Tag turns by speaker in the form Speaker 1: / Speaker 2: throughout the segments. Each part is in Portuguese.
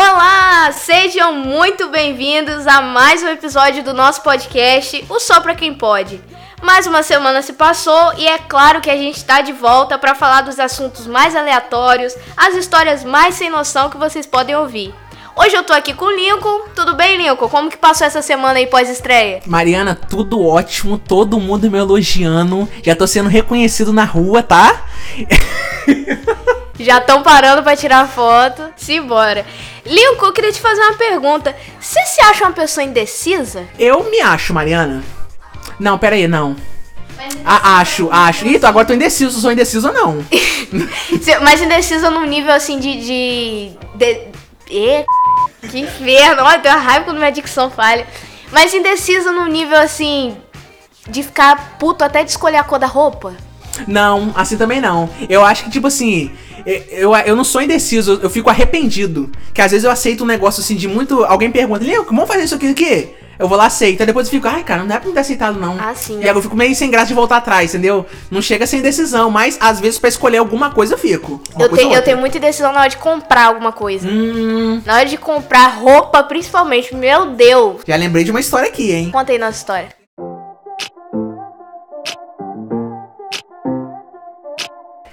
Speaker 1: Olá, sejam muito bem-vindos a mais um episódio do nosso podcast, o Só Pra Quem Pode. Mais uma semana se passou e é claro que a gente está de volta para falar dos assuntos mais aleatórios, as histórias mais sem noção que vocês podem ouvir. Hoje eu tô aqui com o Lincoln. Tudo bem, Lincoln? Como que passou essa semana aí pós-estreia?
Speaker 2: Mariana, tudo ótimo, todo mundo me elogiando. Já tô sendo reconhecido na rua, tá?
Speaker 1: Já estão parando pra tirar foto. Simbora. Lincoln, eu queria te fazer uma pergunta. Você se acha uma pessoa indecisa?
Speaker 2: Eu me acho, Mariana. Não, pera aí, não. Ah, acho, acho. Ih, tô- agora tô indeciso, sou indeciso ou não.
Speaker 1: Cê- Mas indecisa num nível assim de. de. de- e- que inferno! Olha, tem uma raiva quando minha dicção falha. Mas indecisa num nível assim. De ficar puto até de escolher a cor da roupa.
Speaker 2: Não, assim também não. Eu acho que, tipo assim, eu, eu, eu não sou indeciso, eu fico arrependido. Que às vezes eu aceito um negócio assim de muito. Alguém pergunta, Leo, vamos fazer isso aqui, isso aqui? Eu vou lá aceito. Aí depois eu fico, ai, cara, não dá pra me ter aceitado, não.
Speaker 1: Ah, sim.
Speaker 2: Hum. E é aí eu fico meio sem graça de voltar atrás, entendeu? Não chega sem decisão, mas às vezes pra escolher alguma coisa eu fico. Uma
Speaker 1: Eu,
Speaker 2: coisa
Speaker 1: te-
Speaker 2: ou
Speaker 1: eu
Speaker 2: outra.
Speaker 1: tenho muita indecisão na hora de comprar alguma coisa.
Speaker 2: Hum.
Speaker 1: Na hora de comprar roupa, principalmente. Meu Deus!
Speaker 2: Já lembrei de uma história aqui, hein?
Speaker 1: Conta aí nossa história.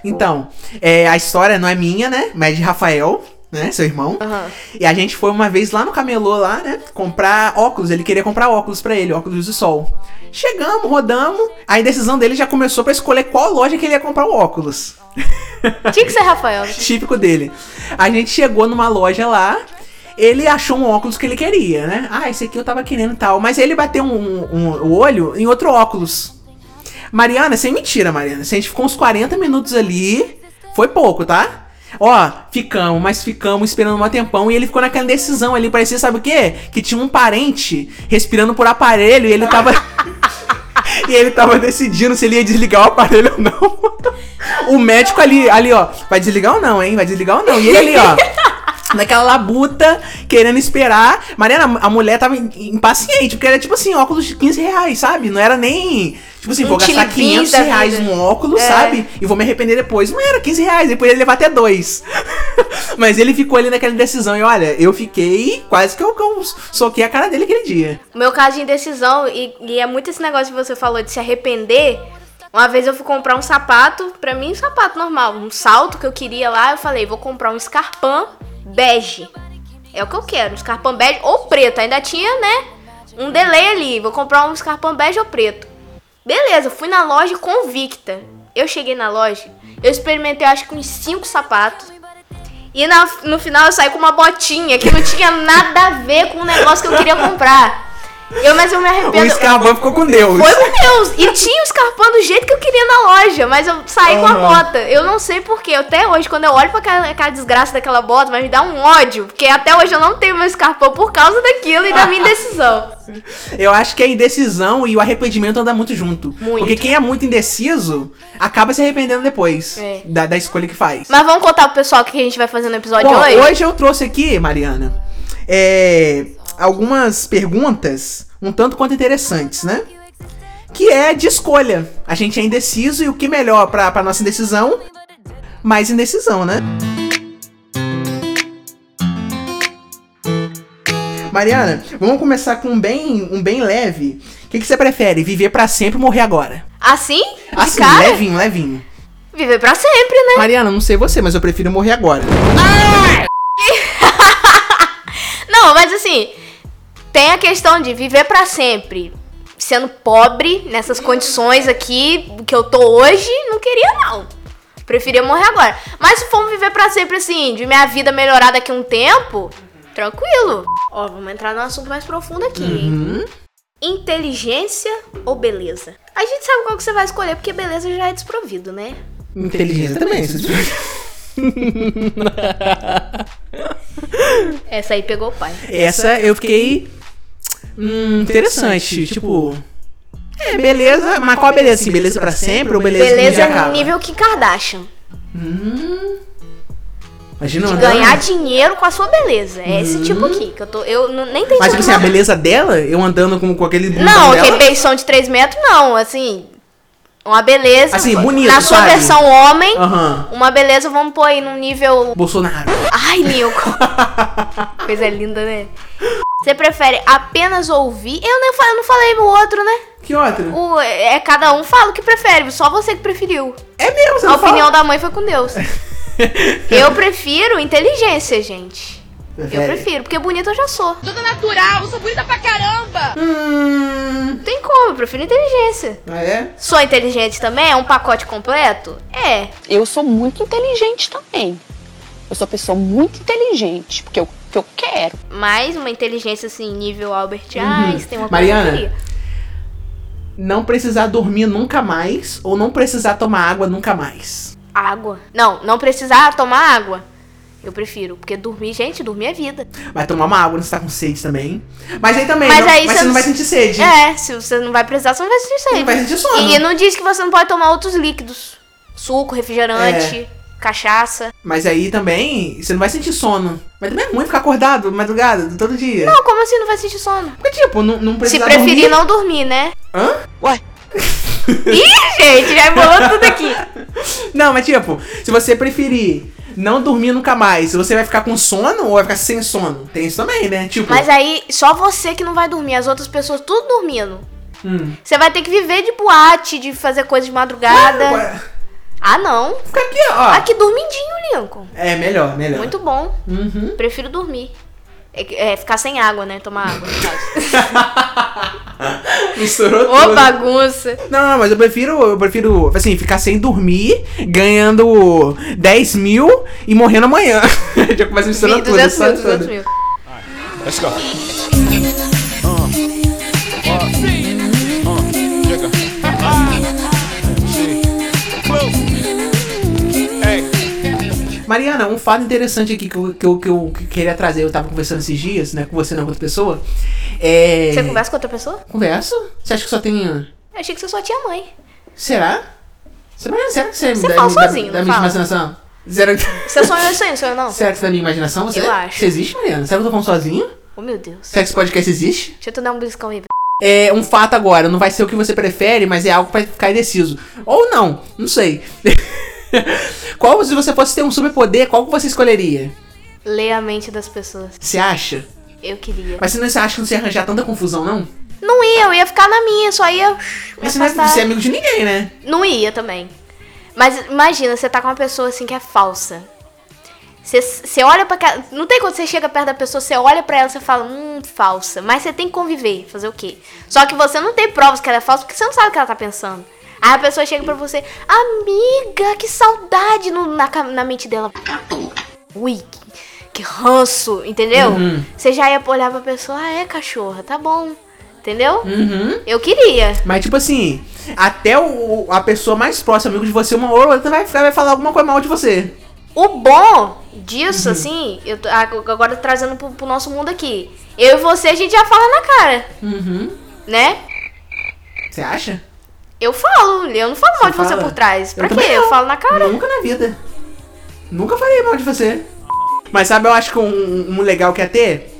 Speaker 2: Então, é, a história não é minha, né? Mas é de Rafael, né? Seu irmão.
Speaker 1: Aham.
Speaker 2: E a gente foi uma vez lá no camelô lá, né? Comprar óculos. Ele queria comprar óculos pra ele, óculos de sol. Chegamos, rodamos. A indecisão dele já começou pra escolher qual loja que ele ia comprar o óculos.
Speaker 1: Tinha que ser Rafael. né?
Speaker 2: Típico dele. A gente chegou numa loja lá. Ele achou um óculos que ele queria, né? Ah, esse aqui eu tava querendo e tal. Mas ele bateu um- um- o olho em outro óculos. Mariana, sem mentira, Mariana. Se a gente ficou uns 40 minutos ali, foi pouco, tá? Ó, ficamos, mas ficamos esperando um tempão e ele ficou naquela decisão ali, parecia, sabe o quê? Que tinha um parente respirando por aparelho e ele tava. e ele tava decidindo se ele ia desligar o aparelho ou não. o médico ali, ali, ó, vai desligar ou não, hein? Vai desligar ou não? E ele ali, ó. Naquela labuta, querendo esperar. Mariana, a mulher tava im- impaciente, porque era tipo assim, óculos de 15 reais, sabe? Não era nem. Tipo assim,
Speaker 1: Um
Speaker 2: vou gastar
Speaker 1: tilibim da
Speaker 2: 500 reais
Speaker 1: vida.
Speaker 2: num óculos,
Speaker 1: É.
Speaker 2: sabe? E vou me arrepender depois. Não era 15 reais, depois ele levar até dois. Mas ele ficou ali naquela decisão. E olha, eu fiquei quase que eu, que eu soquei a cara dele aquele dia.
Speaker 1: O meu caso de indecisão, e, e é muito esse negócio que você falou de se arrepender. Uma vez eu fui comprar um sapato, pra mim um sapato normal, um salto que eu queria lá, eu falei, vou comprar um escarpão bege. É o que eu quero, um escarpão bege ou preto, ainda tinha, né? Um delay ali, vou comprar um escarpão bege ou preto. Beleza, fui na loja convicta. Eu cheguei na loja, eu experimentei acho que uns cinco sapatos. E na- no final eu saí com uma botinha que não tinha nada a ver com o negócio que eu queria comprar. Eu, mas eu me
Speaker 2: O
Speaker 1: arrependo.
Speaker 2: escavão ficou com Deus.
Speaker 1: Foi com Deus! E tinha o escarpão do jeito que eu queria na loja, mas eu saí com a
Speaker 2: Aham.
Speaker 1: bota. Eu não sei porquê. Até hoje, quando eu olho pra aquela, aquela desgraça daquela bota, vai me dar um ódio. Porque até hoje eu não tenho meu escarpão por causa daquilo e da minha indecisão.
Speaker 2: Eu acho que a indecisão e o arrependimento andam muito junto.
Speaker 1: Muito.
Speaker 2: Porque quem é muito indeciso acaba se arrependendo depois
Speaker 1: É.
Speaker 2: da, da escolha que faz.
Speaker 1: Mas vamos contar pro pessoal o que a gente vai fazer no episódio
Speaker 2: Bom,
Speaker 1: hoje?
Speaker 2: hoje eu trouxe aqui, Mariana, é, algumas perguntas um tanto quanto interessantes, né? Que é de escolha. A gente é indeciso e o que melhor pra, pra nossa indecisão? Mais indecisão, né? Mariana, vamos começar com um bem, um bem leve. O que, que você prefere? Viver pra sempre ou morrer agora?
Speaker 1: Assim? De
Speaker 2: Assim,
Speaker 1: cara?
Speaker 2: levinho, levinho.
Speaker 1: Viver pra sempre, né?
Speaker 2: Mariana, não sei você, mas eu prefiro morrer agora.
Speaker 1: Não, mas assim, tem a questão de viver pra sempre. Sendo pobre, nessas condições aqui que eu tô hoje, não queria não. Preferia morrer agora. Mas se for viver pra sempre assim, de minha vida melhorar daqui a um tempo, tranquilo. Ó, vamos entrar num assunto mais profundo aqui. hein?
Speaker 2: Hum?
Speaker 1: Inteligência ou beleza? A gente sabe qual que você vai escolher, porque beleza já é desprovido, né?
Speaker 2: Inteligência também. isso-
Speaker 1: Essa aí pegou o pai.
Speaker 2: Essa eu fiquei. Hum, interessante. Tipo. É, beleza, mas qual a beleza? Assim, beleza pra sempre ou beleza, que
Speaker 1: Beleza
Speaker 2: já acaba?
Speaker 1: nível Kim Kardashian.
Speaker 2: Imagina
Speaker 1: De
Speaker 2: uma
Speaker 1: ganhar
Speaker 2: andando-
Speaker 1: dinheiro com a sua beleza. É esse tipo aqui, que eu tô. Eu n- nem tenho
Speaker 2: Uhum. Mas tipo
Speaker 1: como
Speaker 2: assim, a
Speaker 1: falar.
Speaker 2: beleza dela, eu andando com, com aquele. bundão
Speaker 1: Não,
Speaker 2: dela,
Speaker 1: aquele beição de 3 metros, não, assim. Uma beleza.
Speaker 2: Assim, bonito,
Speaker 1: Na sua
Speaker 2: sabe?
Speaker 1: versão homem,
Speaker 2: Aham.
Speaker 1: uma beleza, vamos pôr aí num nível.
Speaker 2: Bolsonaro.
Speaker 1: Ai, Lincoln. Coisa linda, né? Você prefere apenas ouvir? Eu nem falei, eu não falei o outro, né?
Speaker 2: Que outra?
Speaker 1: O, é cada um fala o que prefere, só você que preferiu.
Speaker 2: É mesmo, você
Speaker 1: A
Speaker 2: não fala?
Speaker 1: opinião da mãe foi com Deus. Eu prefiro inteligência, gente. Eu
Speaker 2: Prefere?
Speaker 1: prefiro, porque bonita eu já sou.
Speaker 3: Toda natural, eu sou bonita pra caramba!
Speaker 2: Hum.
Speaker 1: Não tem como, eu prefiro inteligência.
Speaker 2: Ah, é?
Speaker 1: Sou inteligente também? É um pacote completo? É.
Speaker 3: Eu sou muito inteligente também. Eu sou uma pessoa muito inteligente, porque eu, que eu quero.
Speaker 1: Mas uma inteligência assim, nível Albert Einstein, uma
Speaker 2: Uhum. Mariana?
Speaker 1: coisa
Speaker 2: Não precisar dormir nunca mais ou não precisar tomar água nunca mais.
Speaker 1: Água. Não, não precisar tomar água. Eu prefiro, porque dormir, gente, dormir é vida.
Speaker 2: Vai tomar uma água, você tá com sede também. Mas aí também,
Speaker 1: Mas
Speaker 2: não-
Speaker 1: aí
Speaker 2: mas
Speaker 1: você
Speaker 2: você não
Speaker 1: não-
Speaker 2: vai sentir sede.
Speaker 1: É, se você não vai precisar, você não vai sentir
Speaker 2: Não
Speaker 1: sede.
Speaker 2: vai sentir sono.
Speaker 1: E não diz que você não pode tomar outros líquidos. Suco, refrigerante,
Speaker 2: É.
Speaker 1: cachaça.
Speaker 2: Mas aí também, você não vai sentir sono. Mas também é ruim ficar acordado, madrugada, todo dia.
Speaker 1: Não, como assim não vai sentir sono?
Speaker 2: Porque, tipo, não, não
Speaker 1: Se
Speaker 2: precisa
Speaker 1: preferir
Speaker 2: dormir.
Speaker 1: não dormir, né?
Speaker 2: Hã?
Speaker 3: Ué,
Speaker 1: Ih, gente, já embolou tudo aqui.
Speaker 2: Não, mas tipo, se você preferir não dormir nunca mais, você vai ficar com sono ou vai ficar sem sono? Tem isso também, né? Tipo,
Speaker 1: Mas aí, só você que não vai dormir, as outras pessoas tudo dormindo.
Speaker 2: hum,
Speaker 1: Você vai ter que viver de boate, de fazer coisa de madrugada.
Speaker 2: ué,
Speaker 1: Ah, não.
Speaker 2: fica aqui, ó.
Speaker 1: Aqui dormidinho, Lincoln.
Speaker 2: É melhor, melhor.
Speaker 1: Muito bom.
Speaker 2: Uhum.
Speaker 1: Prefiro dormir. É, que- é, ficar sem água, né? Tomar água, no caso.
Speaker 2: Misturou
Speaker 1: Ô,
Speaker 2: tudo.
Speaker 1: bagunça.
Speaker 2: Não, não, mas eu prefiro, eu prefiro, assim, ficar sem dormir, ganhando 10 mil e morrendo amanhã. Já começa misturando tudo. né?
Speaker 1: 200 mil, 200
Speaker 2: misturando tudo.
Speaker 1: mil.
Speaker 4: Let's go.
Speaker 2: Mariana, um fato interessante aqui que eu, que, eu, que eu queria trazer, eu tava conversando esses dias, né, com você não, com outra pessoa. É.
Speaker 1: Você conversa com outra pessoa?
Speaker 2: Converso? Você acha que só tem.
Speaker 1: Eu achei que você só tinha mãe.
Speaker 2: Será? Será, será que você, é
Speaker 1: Você fala sozinho,
Speaker 2: da,
Speaker 1: não
Speaker 2: minha
Speaker 1: fala?
Speaker 2: imaginação? Será que,
Speaker 1: Você sonhou isso aí, não sonhou não?
Speaker 2: será que você é da minha imaginação? Você,
Speaker 1: Eu acho.
Speaker 2: Você existe, Mariana? Será que eu tô falando sozinho?
Speaker 1: Oh, meu Deus.
Speaker 2: Será que esse podcast existe?
Speaker 1: Deixa eu te dar um beliscão aí.
Speaker 2: É um fato agora, não vai ser o que você prefere, mas é algo pra ficar indeciso. Ou não, não sei. qual, se você fosse ter um superpoder, qual que você escolheria?
Speaker 1: Lê a mente das pessoas.
Speaker 2: Você acha?
Speaker 1: Eu queria.
Speaker 2: Mas você não você acha que não se ia arranjar tanta confusão, não?
Speaker 1: Não ia, eu ia ficar na minha, só ia shh, me
Speaker 2: Mas você não é,
Speaker 1: afastar.
Speaker 2: você é amigo de ninguém, né?
Speaker 1: Não ia também. Mas imagina, você tá com uma pessoa assim que é falsa. Você, você olha pra cara. Não tem quando você chega perto da pessoa, você olha pra ela e você fala, hum, falsa. Mas você tem que conviver, fazer o quê? Só que você não tem provas que ela é falsa porque você não sabe o que ela tá pensando. Aí a pessoa chega pra você, amiga, que saudade no- na, ca- na mente dela. Ui, que- que ranço, entendeu?
Speaker 2: Uhum.
Speaker 1: Você já ia olhar pra pessoa, ah, é cachorra, tá bom. Entendeu?
Speaker 2: Uhum.
Speaker 1: Eu queria.
Speaker 2: Mas tipo assim, até o, a pessoa mais próxima, amigo de você, uma hora ou outra vai, vai falar alguma coisa mal de você.
Speaker 1: O bom
Speaker 2: Uhum.
Speaker 1: disso, assim, eu tô- ag- agora trazendo pro, pro nosso mundo aqui. Eu e você, a gente já fala na cara,
Speaker 2: Uhum.
Speaker 1: né?
Speaker 2: Você acha?
Speaker 1: Eu falo, eu não falo mal de
Speaker 2: Você
Speaker 1: você
Speaker 2: fala?
Speaker 1: por trás. Pra
Speaker 2: Eu
Speaker 1: quê?
Speaker 2: também
Speaker 1: Eu
Speaker 2: não.
Speaker 1: falo na cara.
Speaker 2: Nunca na vida. Nunca falei mal de você. Mas sabe, eu acho que um, um legal que é ter.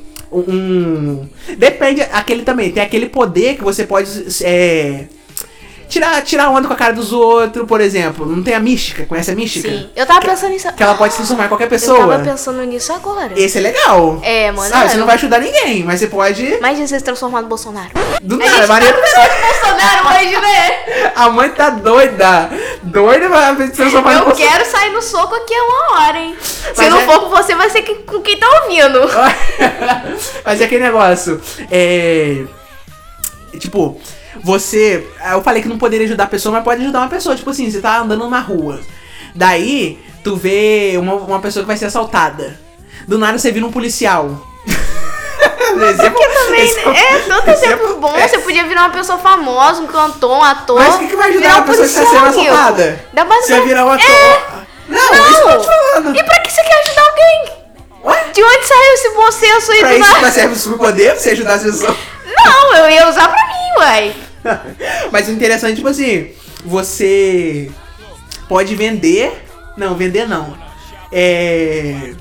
Speaker 2: Um. um- Depende, aquele também. Tem aquele poder que você pode. É, tirar, tirar onda com a cara dos outros, por exemplo. Não tem a mística? Conhece a mística?
Speaker 1: Sim. Eu tava pensando nisso.
Speaker 2: Que ela pode se transformar em qualquer
Speaker 1: Eu
Speaker 2: pessoa.
Speaker 1: tava pensando nisso agora.
Speaker 2: Esse é legal.
Speaker 1: É, mano,
Speaker 2: Sabe,
Speaker 1: é,
Speaker 2: você não
Speaker 1: eu-
Speaker 2: vai ajudar ninguém, mas você pode.
Speaker 1: Imagina você se transformar no Bolsonaro.
Speaker 2: Do
Speaker 1: a gente
Speaker 2: nada, Maria.
Speaker 1: tá pensando no Bolsonaro hoje, né?
Speaker 2: A mãe tá doida. Doida pra se transformar no
Speaker 1: Eu
Speaker 2: Bolsonaro.
Speaker 1: quero sair no soco aqui a uma hora, hein? Se
Speaker 2: Mas
Speaker 1: não
Speaker 2: é-
Speaker 1: for com você, vai ser que- com quem tá ouvindo.
Speaker 2: Mas é aquele negócio. É. Tipo, você. Eu falei que não poderia ajudar a pessoa, mas pode ajudar uma pessoa. Tipo assim, você tá andando na rua. Daí, tu vê uma, uma pessoa que vai ser assaltada. Do nada você vira um policial. Exemplo-
Speaker 1: É Também,
Speaker 2: exemplo-
Speaker 1: é, tanto exemplo bom.
Speaker 2: é.
Speaker 1: Você podia virar uma pessoa famosa, um cantor, um ator.
Speaker 2: Mas o que, que vai ajudar
Speaker 1: virar um
Speaker 2: uma pessoa que tá
Speaker 1: policial,
Speaker 2: sendo
Speaker 1: amigo?
Speaker 2: assaltada?
Speaker 1: Dá mais É.
Speaker 2: Você vai virar um ator. Não, isso que eu tô te falando.
Speaker 1: E pra que você quer ajudar alguém?
Speaker 2: Ué?
Speaker 1: De onde saiu esse bom senso aí
Speaker 2: Pra
Speaker 1: do
Speaker 2: isso que
Speaker 1: nada?
Speaker 2: nós serve o superpoder, pra você ajudar as pessoas.
Speaker 1: Não, eu ia usar pra mim, uai.
Speaker 2: Mas o interessante, tipo assim, você pode vender. Não, vender não. É.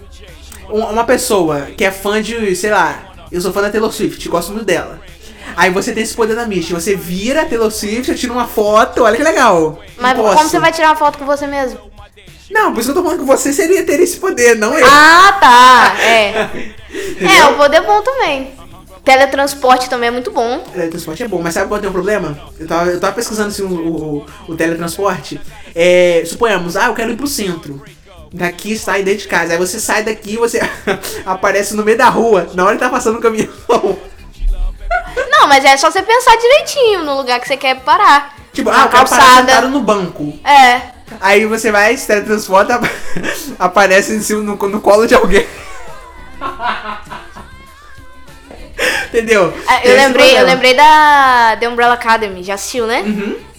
Speaker 2: um- Uma pessoa que é fã de, sei lá, eu sou fã da Taylor Swift, gosto muito dela. Aí você tem esse poder da Misty. Você vira a Taylor Swift, tira uma foto, olha que legal.
Speaker 1: Mas
Speaker 2: Não
Speaker 1: como
Speaker 2: posso.
Speaker 1: você vai tirar foto com você mesmo?
Speaker 2: Não, por isso que eu tô falando que você seria ter esse poder, não eu.
Speaker 1: Ah, tá. É. É,
Speaker 2: Entendeu?
Speaker 1: o poder é bom também. Teletransporte também é muito bom.
Speaker 2: Teletransporte é bom, mas sabe qual tem um problema? Eu tava, eu tava pesquisando assim, o, o- o teletransporte. É, suponhamos, ah, eu quero ir pro centro. Daqui sai dentro de casa. Aí você sai daqui e você aparece no meio da rua. Na hora que tá passando o caminhão.
Speaker 1: Não, mas é só você pensar direitinho no lugar que você quer parar.
Speaker 2: tipo,
Speaker 1: Na
Speaker 2: ah, o cara parado sentado no banco.
Speaker 1: É.
Speaker 2: Aí você vai, se teletransporta, ap- aparece em cima no, no colo de alguém. Entendeu?
Speaker 1: É,
Speaker 2: Tem
Speaker 1: Eu
Speaker 2: esse
Speaker 1: lembrei, eu
Speaker 2: problema. Uhum.
Speaker 1: lembrei da The Umbrella Academy, já assistiu, né?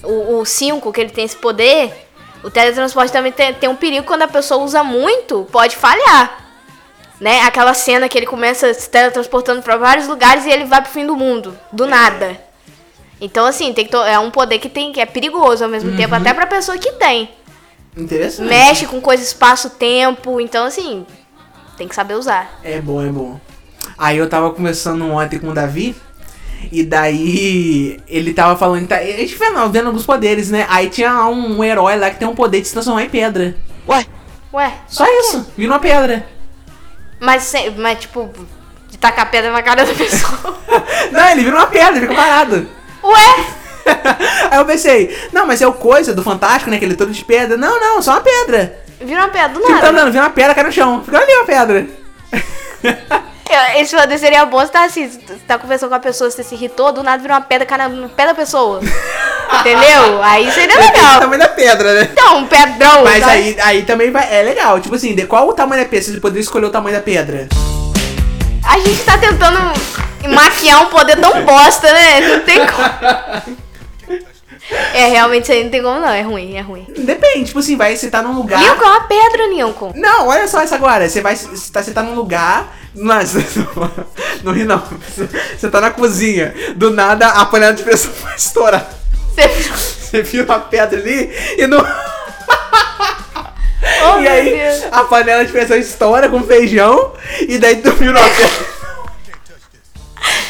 Speaker 1: O 5, que ele tem esse poder. O teletransporte também tem, tem um perigo quando a pessoa usa muito, pode falhar. Né? Aquela cena que ele começa se teletransportando pra vários lugares e ele vai pro fim do mundo, do nada. Então, assim, tem que to- é um poder que tem que é perigoso ao mesmo
Speaker 2: Uhum.
Speaker 1: tempo, até pra pessoa que tem.
Speaker 2: Interessante.
Speaker 1: Mexe com coisa espaço-tempo, então, assim, tem que saber usar.
Speaker 2: É bom, é bom. Aí eu tava conversando ontem com o Davi. E daí ele tava falando. Tá, a gente vendo, vendo alguns poderes, né? Aí tinha lá um, herói lá que tem um poder de se transformar em pedra.
Speaker 3: Ué,
Speaker 1: Ué,
Speaker 2: Só isso. Vira uma pedra.
Speaker 1: mas, se- mas tipo, de tacar pedra na cara da pessoa.
Speaker 2: Não, ele vira uma pedra, fica parado.
Speaker 1: Ué?
Speaker 2: Aí eu pensei, não, mas é o coisa do Fantástico, né? Aquele todo de pedra. Não, não, só uma pedra.
Speaker 1: Virou uma pedra do
Speaker 2: Tipo, tá
Speaker 1: nada.
Speaker 2: andando, vem uma pedra, cai no chão. Fica ali uma pedra.
Speaker 1: Eu- Esse poder seria bom se tá assim, se tu tá conversando com a pessoa, você se irritou, do nada virou uma pedra, cai na- no pé da pessoa. Entendeu? Aí seria
Speaker 2: O
Speaker 1: legal.
Speaker 2: tamanho da pedra, né?
Speaker 1: Então, um pedrão.
Speaker 2: Mas
Speaker 1: tá?
Speaker 2: aí, aí também vai, é legal. Tipo assim, de qual o tamanho da pedra? Você poderia escolher o tamanho da pedra.
Speaker 1: A gente tá tentando maquiar um poder tão bosta, né? Não tem como. É, realmente isso aí não tem como não, é ruim, é ruim.
Speaker 2: Depende, tipo assim, vai, você tá num lugar...
Speaker 1: Lincoln é uma pedra, Lincoln.
Speaker 2: Não, olha só essa agora. Você vai. Você tá, você tá num lugar. Mas, não ri não. Você tá na cozinha. Do nada a panela de pressão vai estourar.
Speaker 1: Você...
Speaker 2: Você viu uma pedra ali e não.
Speaker 1: Oh,
Speaker 2: e
Speaker 1: meu
Speaker 2: aí
Speaker 1: Deus.
Speaker 2: a panela de pressão estoura com feijão. E daí tu vira uma pedra.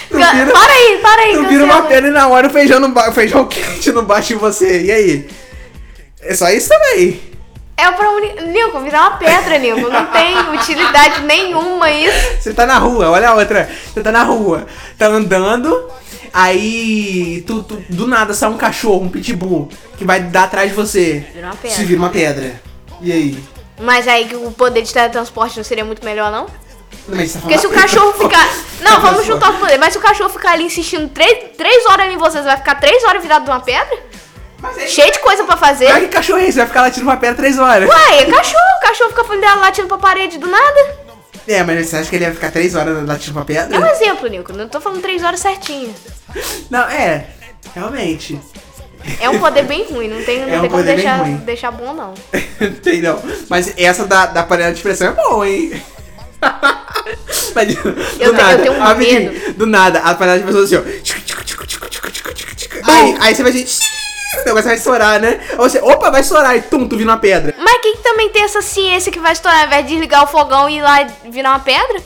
Speaker 2: Tu
Speaker 1: Ca-
Speaker 2: vira-
Speaker 1: Para aí, para aí.
Speaker 2: Tu vira uma
Speaker 1: cancela.
Speaker 2: pedra e na hora o feijão, não ba- o feijão quente não bate em você. E aí? É só isso também.
Speaker 1: É pra um... Lincoln, virar uma pedra, Lincoln. Não tem utilidade nenhuma isso.
Speaker 2: Você tá na rua, olha a outra. Você tá na rua, tá andando, aí tu, tu- do nada sai um cachorro, um pitbull, que vai dar atrás de você.
Speaker 1: Vira uma pedra.
Speaker 2: Se vira uma pedra. E aí?
Speaker 1: Mas aí que o poder de teletransporte não seria muito melhor, não?
Speaker 2: Não, mas você tá
Speaker 1: Porque se o
Speaker 2: falando-
Speaker 1: cachorro ficar. Não, vamos juntar o poder. Mas se o cachorro ficar ali insistindo três, três horas ali em vocês, vai ficar três horas virado numa pedra?
Speaker 2: Mas aí-
Speaker 1: Cheio de coisa pra
Speaker 2: Mas
Speaker 1: fazer.
Speaker 2: que cachorro é esse? Vai ficar latindo uma pedra três horas.
Speaker 1: Uai, é cachorro. O cachorro fica dela latindo pra parede do nada.
Speaker 2: É, mas você acha que ele ia ficar três horas latindo uma pedra?
Speaker 1: É um exemplo, Nico. Não tô falando três horas certinho.
Speaker 2: Não, é. Realmente.
Speaker 1: É um poder bem ruim. Não tem, não
Speaker 2: É um
Speaker 1: tem como
Speaker 2: poder bem
Speaker 1: deixar,
Speaker 2: ruim.
Speaker 1: deixar bom, não.
Speaker 2: Tem não. Mas essa da, da panela de pressão é boa, hein? Mas, do
Speaker 1: tenho- eu
Speaker 2: nada,
Speaker 1: tenho um
Speaker 2: rapidinho,
Speaker 1: medo.
Speaker 2: Do nada, a panela de pressão assim, ó. Tchic, tchic, tchic, tchic, tchic, tchic, tchic, tchic. Aí, aí você vai gente. O negócio vai estourar, né? Aí você, opa, vai estourar e tum, tu vira uma pedra.
Speaker 1: Mas quem que também tem essa ciência que vai estourar ao invés de desligar o fogão e ir lá e virar uma pedra?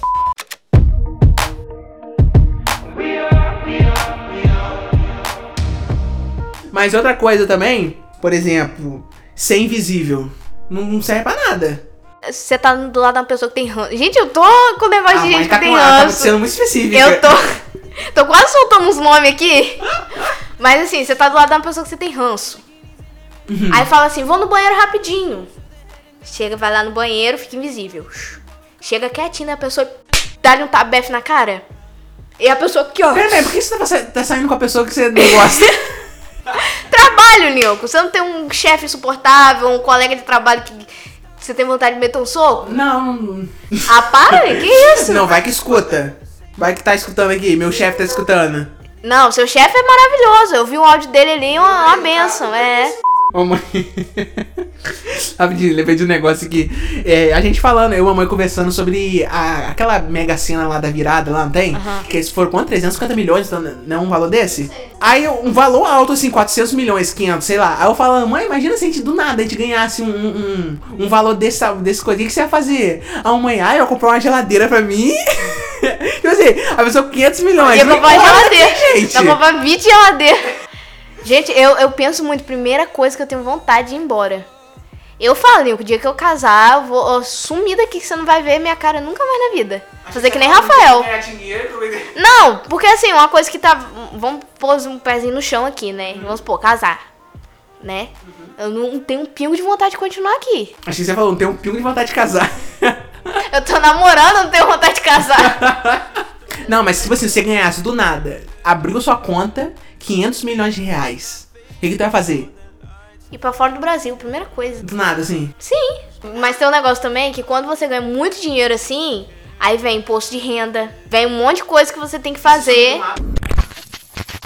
Speaker 2: Mas outra coisa também, por exemplo, ser invisível. Não, não serve pra nada.
Speaker 1: Você tá do lado de uma pessoa que tem ranço. Gente, eu tô com o negócio de gente
Speaker 2: tá,
Speaker 1: que tem
Speaker 2: com- ela tá
Speaker 1: ranço.
Speaker 2: sendo muito específica.
Speaker 1: Eu tô. Tô quase soltando uns nomes aqui. Mas assim, você tá do lado de uma pessoa que você tem ranço.
Speaker 2: Uhum.
Speaker 1: Aí fala assim: vou no banheiro rapidinho. Chega, vai lá no banheiro, fica invisível. Chega quietinho na pessoa, dá-lhe um tabefe na cara. E a pessoa aqui, ó.
Speaker 2: Peraí, por que você tá, sa- tá saindo com a pessoa que você não gosta?
Speaker 1: Trabalho, Nilco. Você não tem um chefe insuportável, um colega de trabalho que você tem vontade de meter um soco?
Speaker 2: não.
Speaker 1: Ah, para, que isso?
Speaker 2: Não, vai que escuta. Vai que tá escutando aqui, meu chefe tá escutando.
Speaker 1: Não, seu chefe é maravilhoso. Eu vi o áudio dele ali, uma, uma benção, é.
Speaker 2: Mamãe. Rapidinho, lembrei de um negócio aqui. É, a gente falando, eu e a mamãe conversando sobre a- aquela mega cena lá da virada, lá não tem? Que eles foram quanto? 350 milhões, então, né? Um valor desse? Aí eu- um valor alto, assim, 400 milhões, 500, sei lá. Aí eu falo, mãe, imagina se a gente do nada a gente ganhasse um, um, um valor desse, desse coisa, o que que você ia fazer? A mãe, ah, eu ia comprar uma geladeira pra mim. tipo assim, a pessoa com 500 milhões.
Speaker 1: Dá pra
Speaker 2: Olha
Speaker 1: pôr geladeira.
Speaker 2: aqui, gente.
Speaker 1: Dá pra pôr 20 geladeira. Gente, eu, eu penso muito. Primeira coisa que eu tenho vontade de ir embora. Eu falo, Nico, o dia que eu casar, eu vou ó, sumir daqui que você não vai ver minha cara nunca mais na vida. Fazer que nem Rafael.
Speaker 2: Ganhar dinheiro,
Speaker 1: Não, porque assim, uma coisa que tá. Vamos pôr um pezinho no chão aqui, né? Vamos pôr, casar. Né? Eu não tenho um pingo de vontade de continuar aqui.
Speaker 2: Acho que você falou, não tem um pingo de vontade de casar.
Speaker 1: Eu tô namorando, eu não tenho vontade de casar.
Speaker 2: Não, mas tipo assim, se você ganhasse do nada, abriu sua conta, 500 milhões de reais. O que, que tu vai fazer?
Speaker 1: E pra fora do Brasil, primeira coisa.
Speaker 2: Do nada, assim.
Speaker 1: Sim. Mas tem um negócio também que quando você ganha muito dinheiro assim, aí vem imposto de renda, vem um monte de coisa que você tem que fazer.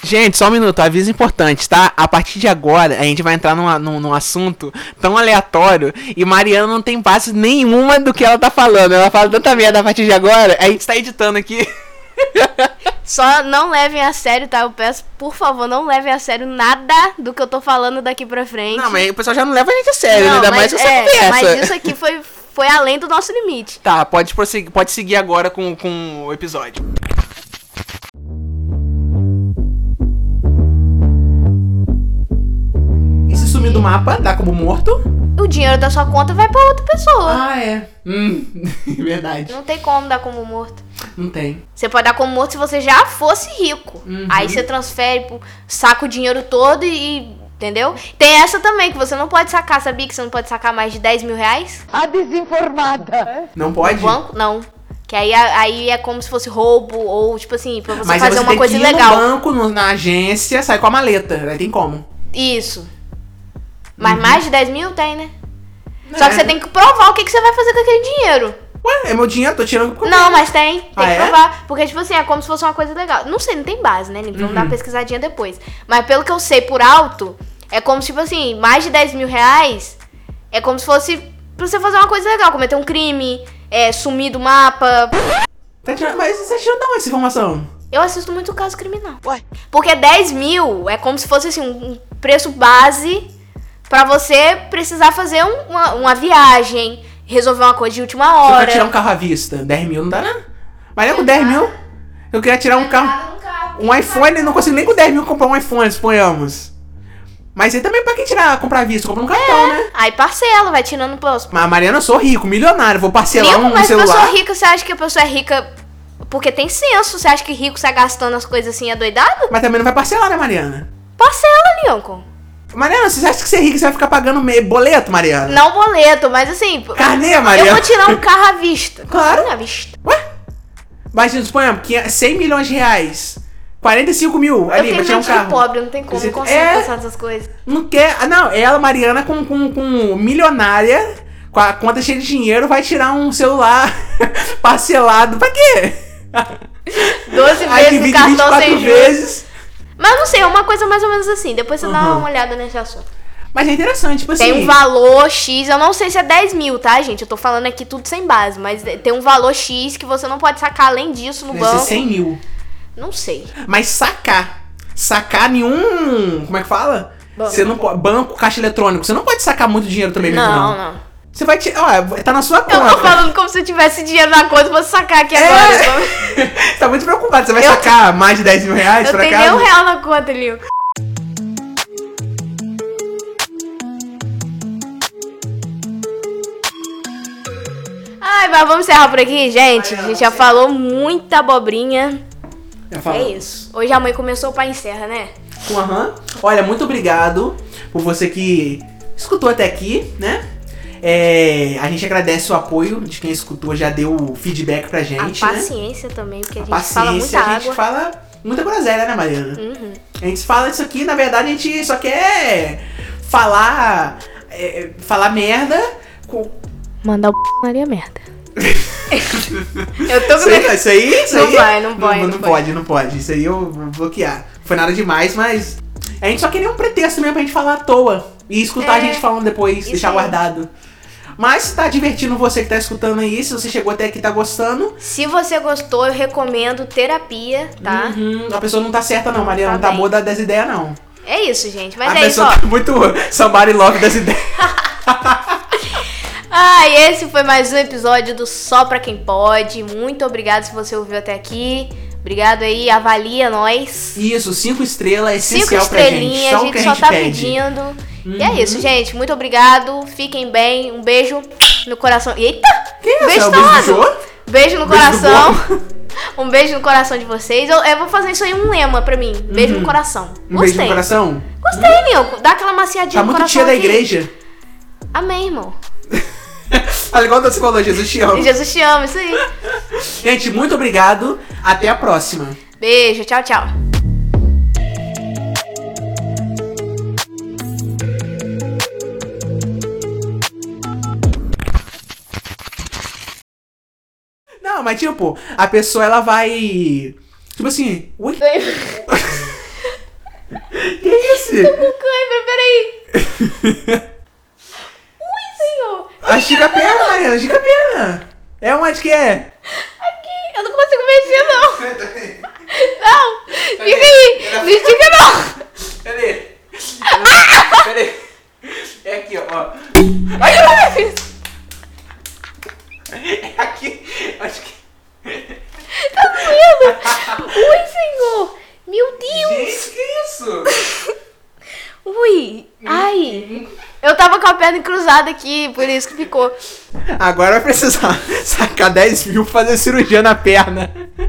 Speaker 2: Gente, só um minuto, aviso importante, tá? A partir de agora, a gente vai entrar numa- num, num assunto tão aleatório e Mariana não tem base nenhuma do que ela tá falando. Ela fala tanta merda a partir de agora, a gente tá editando aqui.
Speaker 1: Só não levem a sério, tá? Eu peço, por favor, não levem a sério nada do que eu tô falando daqui pra frente.
Speaker 2: Não, mas o pessoal já não leva a gente a sério, né?
Speaker 1: Não,
Speaker 2: ainda mais
Speaker 1: mas-
Speaker 2: com essa
Speaker 1: é,
Speaker 2: conversa.
Speaker 1: Mas isso aqui foi, foi além do nosso limite.
Speaker 2: Tá, pode, prosseguir, pode seguir agora com, com o episódio. E se sumir do mapa, dá como morto?
Speaker 1: O dinheiro da sua conta vai pra outra pessoa.
Speaker 2: Ah, é. Hum, verdade.
Speaker 1: Não tem como dar como morto.
Speaker 2: Não tem.
Speaker 1: Você pode dar como morto se você já fosse rico.
Speaker 2: Uhum.
Speaker 1: Aí você transfere, pro- saca o dinheiro todo e. e- Entendeu? Tem essa também, que você não pode sacar, sabia que você não pode sacar mais de 10 mil reais?
Speaker 3: A desinformada.
Speaker 2: Não pode?
Speaker 1: Banco? Não. Que aí, aí é como se fosse roubo ou, tipo assim, pra você
Speaker 2: Mas aí
Speaker 1: fazer
Speaker 2: você
Speaker 1: uma
Speaker 2: tem
Speaker 1: coisa
Speaker 2: que ir
Speaker 1: ilegal.
Speaker 2: no banco, no- na agência, sai com a maleta. Aí tem como.
Speaker 1: Isso. Mas
Speaker 2: Uhum.
Speaker 1: mais de 10 mil tem, né? Só que
Speaker 2: É.
Speaker 1: você tem que provar o que, que você vai fazer com aquele dinheiro.
Speaker 2: Ué, é meu dinheiro, tô tirando... com-
Speaker 1: Não, mas tem. Tem
Speaker 2: Ah,
Speaker 1: que
Speaker 2: é?
Speaker 1: provar. Porque, tipo assim, é como se fosse uma coisa legal. Não sei, não tem base, né, Nico? Vamos
Speaker 2: Uhum.
Speaker 1: dar uma pesquisadinha depois. Mas pelo que eu sei por alto, é como se, tipo assim, mais de 10 mil reais é como se fosse pra você fazer uma coisa legal, cometer um crime, é, sumir do mapa.
Speaker 2: Tá tirando... Mas você tirou da onde essa informação?
Speaker 1: Eu assisto muito caso criminal.
Speaker 3: Ué.
Speaker 1: Porque 10 mil é como se fosse assim, um preço base pra você precisar fazer um- uma, uma viagem, resolver uma coisa de última
Speaker 2: Se eu
Speaker 1: hora.
Speaker 2: quero tirar um carro à vista, 10 mil não dá não. Mas nem com 10 mil, eu queria tirar um carro. Um iPhone, eu não consigo nem com 10 mil comprar um iPhone, suponhamos. Mas aí também pra quem tirar, comprar à
Speaker 1: É.
Speaker 2: vista, compra um cartão, né?
Speaker 1: Aí parcela, vai tirando pelos.
Speaker 2: Mas Mariana, eu sou rico, milionário, vou parcelar
Speaker 1: Rico,
Speaker 2: um
Speaker 1: mas
Speaker 2: celular.
Speaker 1: pessoa rica, você acha que a pessoa é rica porque tem senso? Você acha que rico sai gastando as coisas assim adoidado?
Speaker 2: Mas também não vai parcelar, né, Mariana?
Speaker 1: Parcela, Lincoln.
Speaker 2: Mariana, você acha que você é rico, você vai ficar pagando me- boleto, Mariana?
Speaker 1: Não boleto, mas assim.
Speaker 2: Carnê, Mariana.
Speaker 1: Eu vou tirar um carro à vista.
Speaker 2: Claro.
Speaker 1: À vista.
Speaker 2: Mas suponhamos, 500 100 milhões de reais. 45 mil ali
Speaker 1: eu tenho
Speaker 2: pra tirar um
Speaker 1: mente
Speaker 2: carro.
Speaker 1: de pobre, não tem como,
Speaker 2: Você-
Speaker 1: não consigo
Speaker 2: É.
Speaker 1: pensar nessas coisas.
Speaker 2: Não quer. ah, Não, ela, Mariana, com, com, com milionária, com a conta cheia de dinheiro, vai tirar um celular parcelado. Pra quê?
Speaker 1: 12
Speaker 2: Aí
Speaker 1: vezes no
Speaker 2: divide
Speaker 1: cartão
Speaker 2: 24
Speaker 1: sem juros.
Speaker 2: vezes.
Speaker 1: Mas não sei, é uma coisa mais ou menos assim. Depois você dá
Speaker 2: Aham.
Speaker 1: uma olhada nesse assunto.
Speaker 2: Mas é interessante, tipo
Speaker 1: Tem
Speaker 2: assim.
Speaker 1: um valor X, eu não sei se é 10 mil, tá, gente? Eu tô falando aqui tudo sem base, mas tem um valor X que você não pode sacar além disso no
Speaker 2: deve ser
Speaker 1: banco.
Speaker 2: 100 mil.
Speaker 1: Não sei.
Speaker 2: Mas sacar. Sacar nenhum. Como é que fala?
Speaker 1: Banco.
Speaker 2: Você não pode. Banco, caixa eletrônico. Você não pode sacar muito dinheiro também, mesmo,
Speaker 1: Não,
Speaker 2: não.
Speaker 1: não.
Speaker 2: Você vai tirar. Ó, tá na sua
Speaker 1: Eu tô
Speaker 2: conta.
Speaker 1: falando como se eu tivesse dinheiro na conta, vou sacar aqui
Speaker 2: É.
Speaker 1: agora.
Speaker 2: tá muito preocupado. Você vai
Speaker 1: Eu-
Speaker 2: sacar mais de 10 mil reais
Speaker 1: Eu
Speaker 2: pra
Speaker 1: tenho
Speaker 2: casa?
Speaker 1: nem um real na conta, Liu. Ai, mas vamos encerrar por aqui, gente. A gente já falou muita abobrinha.
Speaker 2: Eu falo.
Speaker 1: É isso. Hoje a mãe começou, o pai encerra, né?
Speaker 2: Com aham. Olha, muito obrigado por você que escutou até aqui, né? É, a gente agradece o apoio de quem escutou, já deu feedback pra gente,
Speaker 1: a
Speaker 2: né?
Speaker 1: paciência também, porque a gente
Speaker 2: Paciência,
Speaker 1: fala muita
Speaker 2: a gente
Speaker 1: água.
Speaker 2: fala muita groselha, né, Mariana?
Speaker 1: Uhum.
Speaker 2: A gente fala isso aqui, na verdade, a gente só quer falar. é, falar merda. Com...
Speaker 1: Mandar o p Maria merda. eu tô
Speaker 2: Isso
Speaker 1: com
Speaker 2: aí, isso aí, isso
Speaker 1: é Não
Speaker 2: aí-
Speaker 1: vai, não vai,
Speaker 2: Não,
Speaker 1: não
Speaker 2: pode. não pode. Isso aí eu vou bloquear. Foi nada demais, mas. A gente só queria um pretexto mesmo pra gente falar à toa. E escutar
Speaker 1: É,
Speaker 2: a gente falando depois,
Speaker 1: isso
Speaker 2: deixar
Speaker 1: aí.
Speaker 2: guardado. Mas se tá divertindo você que tá escutando aí, se você chegou até aqui e tá gostando.
Speaker 1: Se você gostou, eu recomendo terapia, tá?
Speaker 2: uhum, a pessoa não tá certa, não, Maria.
Speaker 1: Tá
Speaker 2: não tá
Speaker 1: bem.
Speaker 2: boa da- das ideias, não.
Speaker 1: É isso, gente. Mas
Speaker 2: a tá
Speaker 1: é isso,
Speaker 2: pessoa
Speaker 1: ó.
Speaker 2: tá muito somebody love das ideias.
Speaker 1: Ah, e esse foi mais um episódio do Só Pra Quem Pode. Muito obrigado se você ouviu até aqui. Obrigado aí, avalia nós.
Speaker 2: Isso, cinco estrelas é
Speaker 1: Cinco
Speaker 2: essencial pra gente.
Speaker 1: estrelinhas,
Speaker 2: Só
Speaker 1: a
Speaker 2: o que
Speaker 1: gente só
Speaker 2: a gente
Speaker 1: tá
Speaker 2: pede. Uhum.
Speaker 1: pedindo. E é isso, gente. Muito obrigado. Fiquem bem. Um beijo no coração. Eita!
Speaker 2: Que isso?
Speaker 1: Beijo
Speaker 2: é o beijo do
Speaker 1: torrado.
Speaker 2: Jô?
Speaker 1: Beijo no
Speaker 2: Beijo do
Speaker 1: coração. um beijo no coração de vocês. Eu, eu vou fazer isso aí um lema pra mim. Beijo no coração.
Speaker 2: Um beijo
Speaker 1: Gostei.
Speaker 2: no coração?
Speaker 1: Gostei, Nil. Dá aquela maciadinha
Speaker 2: Tá
Speaker 1: no
Speaker 2: muito
Speaker 1: coração.
Speaker 2: tia da
Speaker 1: aqui.
Speaker 2: igreja.
Speaker 1: Amém, irmão.
Speaker 2: Fala igual você falou, Jesus te ama.
Speaker 1: Jesus te ama, isso aí.
Speaker 2: Gente, muito obrigado. Até a próxima.
Speaker 1: Beijo, tchau, tchau.
Speaker 2: Não, mas tipo, a pessoa ela vai. Tipo assim, ui,
Speaker 1: Tô
Speaker 2: que é isso?
Speaker 1: com cãibra, peraí. Ui, senhor.
Speaker 2: A Chica Perna, Mariana, a Chica Perna. É onde que é?
Speaker 1: Aqui, eu não consigo mexer, não. Não, fica aí. Não estica, não.
Speaker 2: Peraí. Peraí. É aqui, ó. É aqui. Acho que.
Speaker 1: Tá doendo. Ui, senhor. Meu Deus.
Speaker 2: Gente, que isso?
Speaker 1: Ui, ai. Eu tava com a perna cruzada aqui, por isso que ficou.
Speaker 2: Agora vai precisar sacar 10 mil pra fazer cirurgia na perna.